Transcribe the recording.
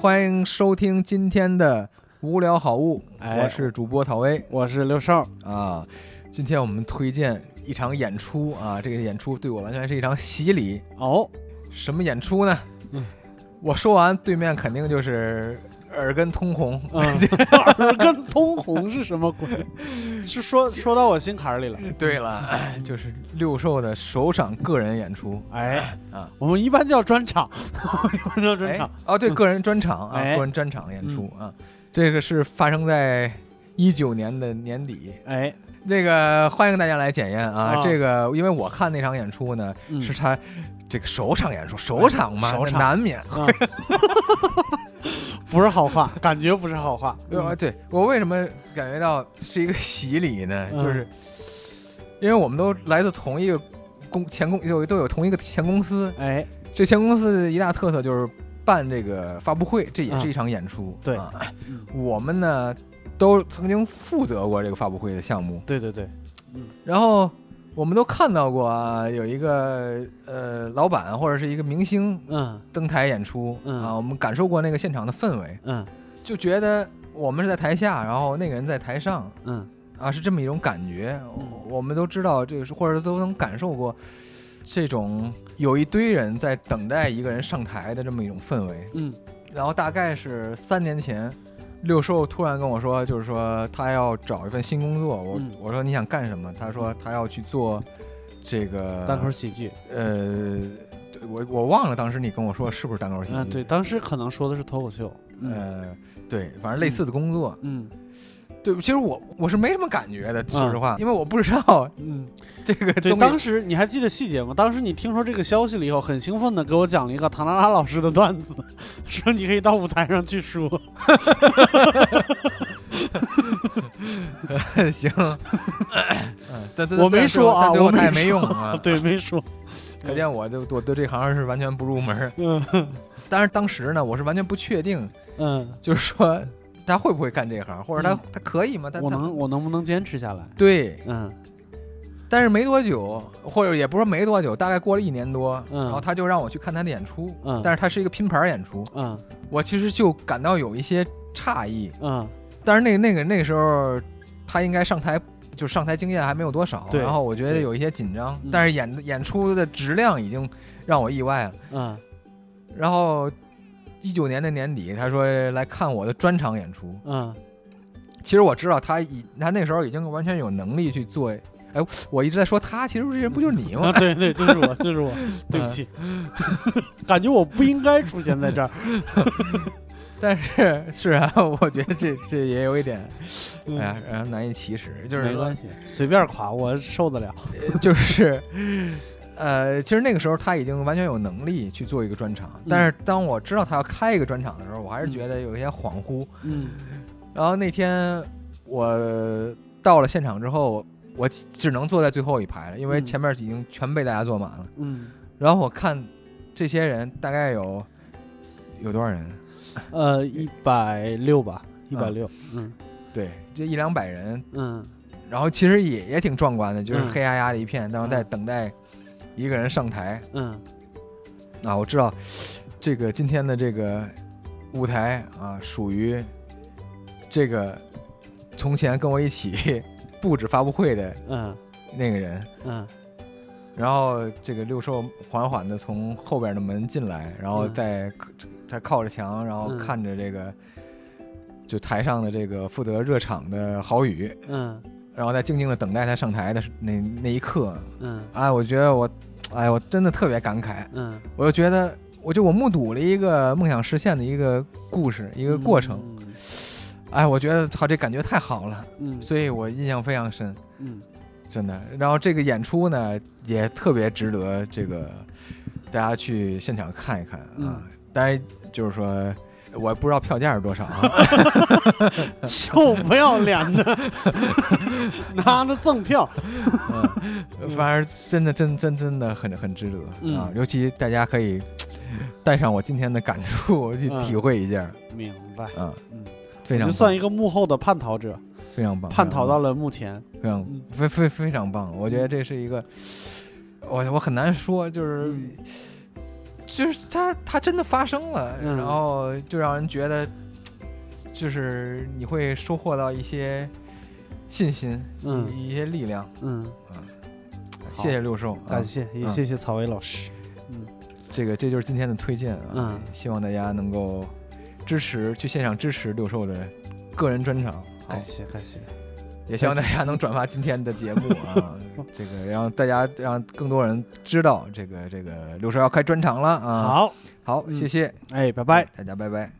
欢迎收听今天的无聊好物，哎我是主播草薇我是刘少，啊。今天我们推荐一场演出啊，这个演出对我完全是一场洗礼。哦，什么演出呢？嗯我说完，对面肯定就是耳根通红。 嗯，耳根通红是什么 鬼？是说说到我心坎儿里了。对了，哎就是六兽的首场个人演出。哎，啊，我们一般叫专 场，我们一般叫专哎场。，嗯哦，对，个人专场啊，哎嗯个人专场演出啊，这个是发生在一九年的年底。哎，那个欢迎大家来检验啊！啊这个因为我看那场演出呢，嗯是他这个首场演出，首场嘛，首那场难免。啊，不是好话，感觉不是好话。呃，对我为什么感觉到是一个洗礼呢？嗯就是因为我们都来自同一个公前公有都有同一个前公司，哎，这前公司的一大特色就是办这个发布会，这也是嗯一场演出。对啊嗯我们呢都曾经负责过这个发布会的项目，对对对，然后我们都看到过啊，有一个呃老板或者是一个明星嗯登台演出、嗯啊，我们感受过那个现场的氛围，嗯就觉得我们是在台下，然后那个人在台上嗯，啊，是这么一种感觉。嗯我我们都知道这个是，或者都能感受过这种有一堆人在等待一个人上台的这么一种氛围。嗯，然后大概是三年前。六兽突然跟我说，就是说他要找一份新工作。我、嗯我说你想干什么？他说他要去做这个单口喜剧。呃，对我我忘了当时你跟我说是不是单口喜剧？嗯，对，当时可能说的是脱口秀。嗯呃，对，反正类似的工作。嗯对，其实我我是没什么感觉的，说嗯实话，因为我不知道嗯，这个对，东当西。时你还记得细节吗？当时你听说这个消息了以后，很兴奋的给我讲了一个唐拉拉老师的段子，说你可以到舞台上去说。 行，嗯，但但我没说啊但最后我没他也没说。用啊对，没说。可见我就我对这行是完全不入门儿。嗯 但是当时呢，我是完全不确定，嗯，就是说 他会不会干这行，或者他、嗯他可以吗？他我他能我能不能坚持下来？对，嗯但是没多久，或者也不是说没多久，大概过了一年多，嗯然后他就让我去看他的演出，嗯但是他是一个拼盘演出，嗯我其实就感到有一些诧异。嗯但是那个那个那个时候，他应该上台就上台经验还没有多少，对然后我觉得对有一些紧张嗯，但是演演出的质量已经让我意外了。嗯然后一九年的年底，他说来看我的专场演出， 嗯其实我知道他已他那时候已经完全有能力去做。哎，我一直在说他，其实这人不就是你吗 啊，？对对，就是我，就是 我，对不起，感觉我不应该出现在这儿。但是是啊， 我觉得这这也有一点，哎 嗯呀，然后难以启齿，就没是关系，随便夸我受得了。就是，呃，其实那个时候他已经完全有能力去做一个专嗯场，但是当我知道他要开一个专场的时候，我还是觉得有一些恍惚。嗯然后那天我到了现场之后，我只能坐在最后一排了，因为嗯前面已经全被大家坐满了。嗯，然后我看这些人大概有有多少人？呃，一百六吧，一百六。嗯对，这一两百人，嗯然后其实也也挺壮观的，就是嗯黑压压的一片，然后在等待一个人上台嗯啊。我知道这个今天的这个舞台啊，属于这个从前跟我一起布置发布会的嗯那个人。嗯然后这个六兽缓缓的从后边的门进来，然后嗯再他靠着墙，然后嗯看着这个就台上的这个负责热场的郝宇，嗯然后再静静的等待他上台的时那那一刻，嗯哎，我觉得我，哎，我真的特别感慨，嗯，我就觉得，我就我目睹了一个梦想实现的一个故事，一一个过程，。哎，我觉得操，这感觉太好了，嗯所以我印象非常深，嗯真的。然后这个演出呢，也特别值得这个大家去现场看一看啊嗯。当然，就是说。我不知道票价是多少 啊，臭不要脸的， 拿着赠票。嗯反正真的真真真的很很值得啊嗯！尤其大家可以带上我今天的感触去嗯体会一下明白，啊，嗯，非常就棒啊算一个幕后的叛逃者，非常棒，叛逃到了幕前。非常嗯非非非常棒。我觉得这是一个，我我很难说，就是嗯就是它它真的发生了，嗯然后就让人觉得，就是你会收获到一些信心，嗯一一些力量。嗯，好谢谢六兽，啊感谢也嗯谢谢曹薇老师。这个这就是今天的推荐啊，嗯希望大家能够支持去现场支持六兽的个人专场。好感，谢感谢，也希望大家能转发今天的节目 啊，这个让大家让更多人知道这个这个六兽要开专场了啊。好，好，嗯谢谢，嗯哎，拜拜。大家拜拜。